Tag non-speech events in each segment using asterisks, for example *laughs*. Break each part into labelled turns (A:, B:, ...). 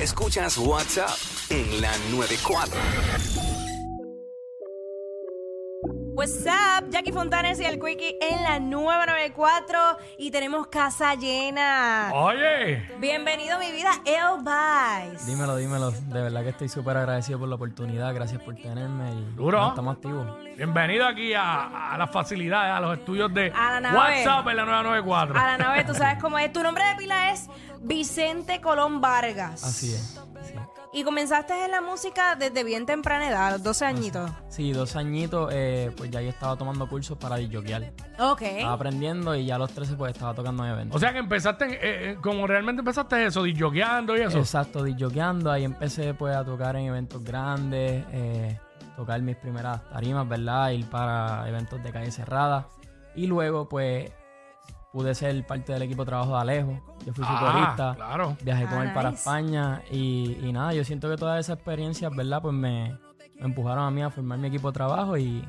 A: Escuchas WhatsApp en la 94.
B: What's up, Jackie Fontanes y el Quickie en la 994 y tenemos casa llena.
C: Oye,
B: Bienvenido a mi vida, El Vice.
D: Dímelo, dímelo. De verdad que estoy súper agradecido por la oportunidad. Gracias por tenerme. Y
C: Duro.
D: no, estamos activos.
C: bienvenido aquí a, a las facilidades, a los estudios de
B: A la nave.
C: WhatsApp en la 994.
B: A la nave, tú sabes cómo es. Tu nombre de pila es Vicente Colón Vargas.
D: Así es. Sí,
B: Y comenzaste en la música desde bien temprana edad, a los 12 añitos.
D: Sí, dos añitos, eh, pues ya yo estaba tomando cursos para disjoquear.
B: Ok.
D: Estaba aprendiendo y ya a los 13 pues estaba tocando en
C: O
D: eventos.
C: sea que empezaste, en- eh, eh, como realmente empezaste eso, disjoqueando y eso.
D: Exacto, disjoqueando. Ahí empecé pues a tocar en eventos grandes, eh, tocar mis primeras tarimas, ¿verdad? Ir para eventos de calle cerrada. Y luego pues pude ser parte del equipo de trabajo de Alejo. Yo fui
C: Ah,
D: socorrista.
C: claro.
D: Viajé con
B: Ah,
D: él para
B: nice.
D: España y, y nada, yo siento que todas esas experiencias, ¿verdad? Pues me, me empujaron a mí a formar mi equipo de trabajo y,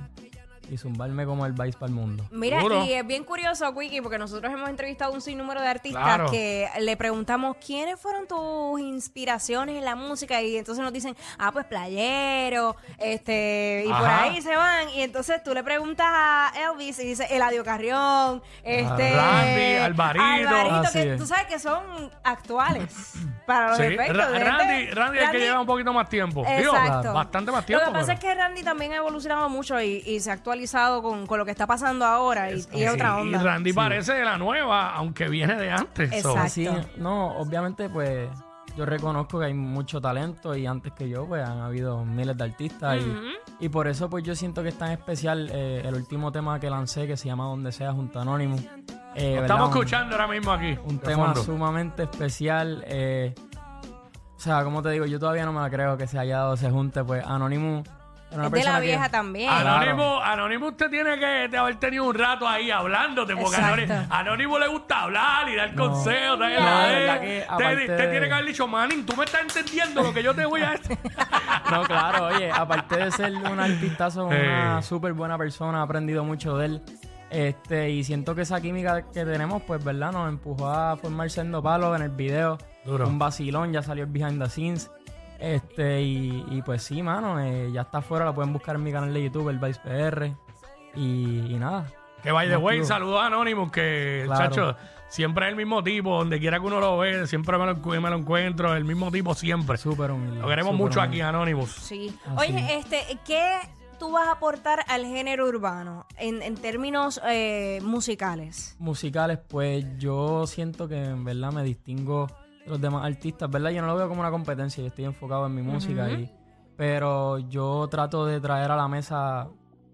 D: y zumbarme como el vice para el mundo.
B: Mira,
C: Duro.
B: y es bien curioso, Quickie, porque nosotros hemos entrevistado un sinnúmero de artistas
C: Claro.
B: que le preguntamos quiénes fueron tus inspiraciones en la música y entonces nos dicen, ah, pues playero, este, y por
C: Ajá.
B: ahí se van. Y entonces tú le preguntas a Elvis y dice Eladio Carrión, este,
C: Randy, Alvarito".
B: Alvarito,
D: Así
B: que
D: es.
B: tú sabes que son actuales para los
C: Sí,
B: efectos.
C: Ra-
B: de gente-
C: Randy, Randy es el que lleva un poquito más tiempo. Digo,
B: Exacto.
C: bastante más
B: Lo
C: tiempo.
B: que pasa
C: pero-
B: es que Randy también ha evolucionado mucho y, y se ha actualizado con, con lo que está pasando ahora y, y es
C: Sí,
B: otra onda.
C: Y Randy parece de la nueva, aunque viene de antes. so.
B: Exacto.
D: Así, no, obviamente pues yo reconozco que hay mucho talento y antes que yo pues han habido miles de artistas y- y, por eso pues yo siento que es tan especial eh, el último tema que lancé que se llama Donde sea junto a Anónimo. Eh,
C: Lo
D: ¿verdad?
C: estamos
D: Un-
C: escuchando ahora mismo aquí.
D: un
C: de
D: tema
C: fondo.
D: sumamente especial. eh, o sea, como te digo, yo todavía no me la creo que se haya dado ese junte, pues Anonymous. era una
B: Es de la
D: persona que-
B: vieja también.
D: Ah,
C: Anónimo, Anónimo, usted tiene que de haber tenido un rato ahí hablándote, porque
B: Exacto.
C: Anónimo, Anónimo le gusta hablar y dar consejos. traer
D: No,
C: la
D: de
C: idea.
D: verdad que
C: te,
D: aparte
C: te
D: de-
C: tiene que haber dicho, Manning, tú me estás entendiendo lo que yo te voy a
D: *laughs*
C: decir.
D: No, claro, oye, aparte de ser un artistazo, una
C: Eh.
D: súper buena persona, he aprendido mucho de él. Este, y siento que esa química que tenemos, pues, ¿verdad? Nos empujó a formar Sendo Palo en el video.
C: Duro.
D: Un vacilón, ya salió el Behind the Scenes. Este, y, y pues sí, mano, eh, ya está afuera, la pueden buscar en mi canal de YouTube, el Vice PR. Y, y nada.
C: Que by the
D: No,
C: way,
D: tío.
C: saludos a Anonymous, que
D: Claro.
C: chacho, siempre es el mismo tipo, donde quiera que uno lo ve, siempre me lo, encu- me lo encuentro, el mismo tipo siempre.
D: Súper humilde.
C: Lo queremos
D: súper
C: mucho aquí,
D: humilde.
C: Anonymous.
B: Sí.
D: Ah,
B: Oye,
D: sí.
B: este, ¿qué tú vas a aportar al género urbano en, en términos eh, musicales?
D: Musicales, pues yo siento que en verdad me distingo de los demás artistas, ¿verdad? Yo no lo veo como una competencia, yo estoy enfocado en mi música y. Pero yo trato de traer a la mesa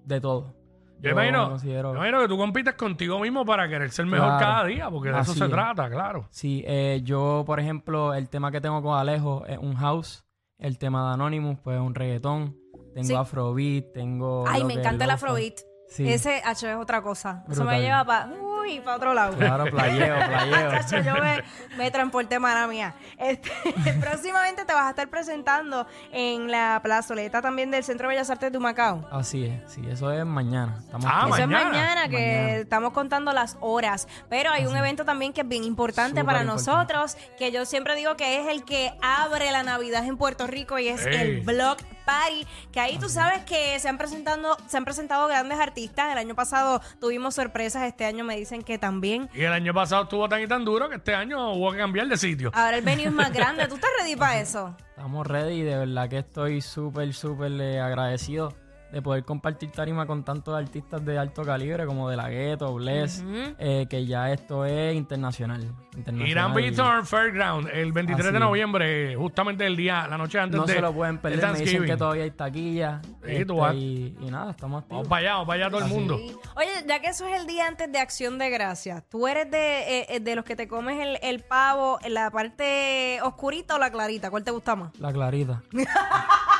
D: de todo.
C: Yo, imagino,
D: considero-
C: yo imagino que tú compites contigo mismo para querer ser mejor
D: Claro.
C: cada día, porque de eso
D: Así
C: se
D: es.
C: trata, claro.
D: Sí, eh, yo, por ejemplo, el tema que tengo con Alejo es un house. El tema de Anonymous, pues es un reggaetón. Tengo
B: Sí.
D: Afrobeat, tengo.
B: Ay,
D: lo
B: me
D: que es
B: encanta el
D: lo-fi.
B: Afrobeat.
D: Sí.
B: Ese H es otra cosa. Eso me
D: Brutal.
B: lleva para uy, para otro lado.
D: Claro,
B: *laughs*
D: playeo, playeo.
B: Ah, Chacho, yo me, me transporté mala mía. Este, *laughs* próximamente te vas a estar presentando en la plazoleta también del Centro de Bellas Artes de Humacao.
D: Así es, sí, eso es mañana. Estamos
C: Ah,
D: aquí.
B: Eso
C: Mañana.
B: es mañana, que
D: Mañana.
B: estamos contando las horas. Pero hay un evento también que es bien importante
D: Súper
B: para
D: importante.
B: nosotros, que yo siempre digo que es el que abre la Navidad en Puerto Rico y es
C: Ey.
B: el Block Party. Que ahí tú sabes que se han, presentando, se han presentado grandes artistas. El año pasado tuvimos sorpresas, este año me dicen que también.
C: Y el año pasado estuvo tan y tan duro que este año hubo que cambiar de sitio.
B: Ahora el venue es más grande. ¿Tú estás ready para eso?
D: Estamos ready, de verdad que estoy súper, súper eh, agradecido de poder compartir tarima con tantos artistas de alto calibre como De La Ghetto, Bless, eh, que ya esto es internacional. internacional.
C: Irán Beaton Fairground, el 23 de
D: Así es.
C: noviembre, justamente el día, la noche antes
D: Ah, No
C: de.
D: se lo pueden perder,
C: de
D: me dicen que
C: Thanksgiving.
D: todavía hay taquillas.
C: Sí, tú vas.
D: y, y nada, estamos activos.
C: Vamos para allá, vamos para allá
D: Ah,
C: todo el mundo.
B: Sí. Oye, ya que eso es el día antes de Acción de Gracias, ¿tú eres de, eh, eh, de los que te comes el, el pavo en la parte oscurita o la clarita? ¿Cuál te gusta más?
D: La clarita,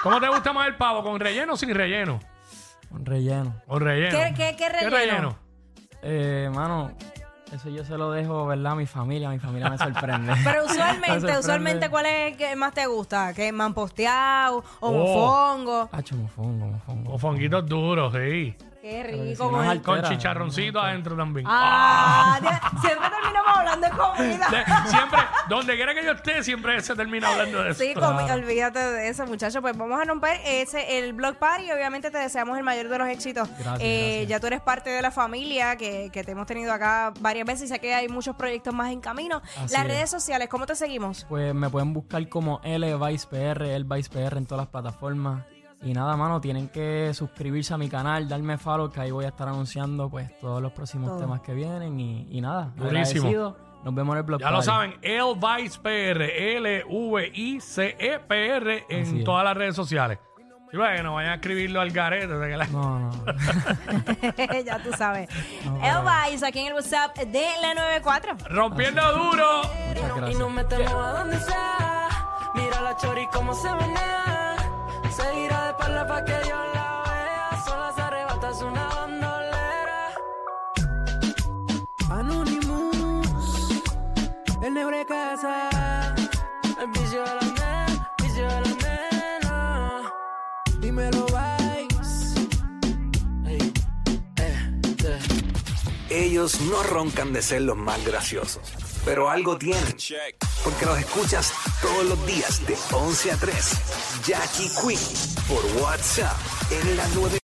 C: ¿Cómo te gusta más el pavo? ¿Con relleno o sin relleno?
D: con relleno.
C: ¿Con relleno?
B: ¿Qué- qué- qué relleno?
D: Eh, mano, eso yo se lo dejo, ¿verdad? A mi familia, mi familia me sorprende.
B: *laughs*
D: *laughs*
B: Pero
D: Me
B: usualmente,
D: sorprende.
B: usualmente, ¿cuál es el que más te gusta? ¿Que manposteado o
C: Oh.
B: mofongo?
D: Hacho, mofongo, mofongo.
C: O fonguitos duros, sí.
B: Qué
D: si
B: rico.
D: no
B: con
D: es
B: el-
D: al-
C: Con
D: Espera,
C: chicharroncito adentro también.
B: Ah, Dios, siempre terminamos hablando de comida.
C: *laughs* De- siempre, donde quiera que yo esté, siempre se termina hablando de eso.
B: Sí, comi- olvídate de eso, muchachos. Pues vamos a romper ese, el blog party. Obviamente te deseamos el mayor de los éxitos. Eh,
D: Gracias, gracias.
B: Ya tú eres parte de la familia que, que te hemos tenido acá varias veces y sé que hay muchos proyectos más en camino.
D: Así
B: Las
D: es.
B: redes sociales, ¿cómo te seguimos? *laughs*
D: Pues me pueden buscar como L Vice PR, el Vice PR en todas las plataformas. Y nada, mano, tienen que suscribirse a mi canal, darme follow, que ahí voy a estar anunciando pues todos los próximos
B: Todo.
D: temas que vienen. Y, y nada,
C: Durísimo.
D: agradecido. Nos vemos en el blog.
C: Ya lo
D: party.
C: saben, el Vice PR, L-V-I-C-E-P-R E en
D: Así es.
C: todas las redes sociales. Y bueno, vayan a escribirlo al garete. o sea que la-
D: No, no. no.
B: ya tú sabes. Elvis, aquí en el WhatsApp de la 94.
C: Rompiendo duro.
D: Muchas
E: Y
D: gracias.
E: nos metemos a donde sea. Mira la chori como se menea. Seguirá de espalda pa' que yo la vea. Sola se arrebata, es una bandolera. Anonymous. El nebre casa. El vicio de la nena, vicio de la nena. Dímelo, vais. Ey, eh, eh.
A: Ellos no roncan de ser los más graciosos, pero algo tienen. Porque los escuchas todos los días de 11 a 3. Jackie Quinn por WhatsApp en la 9.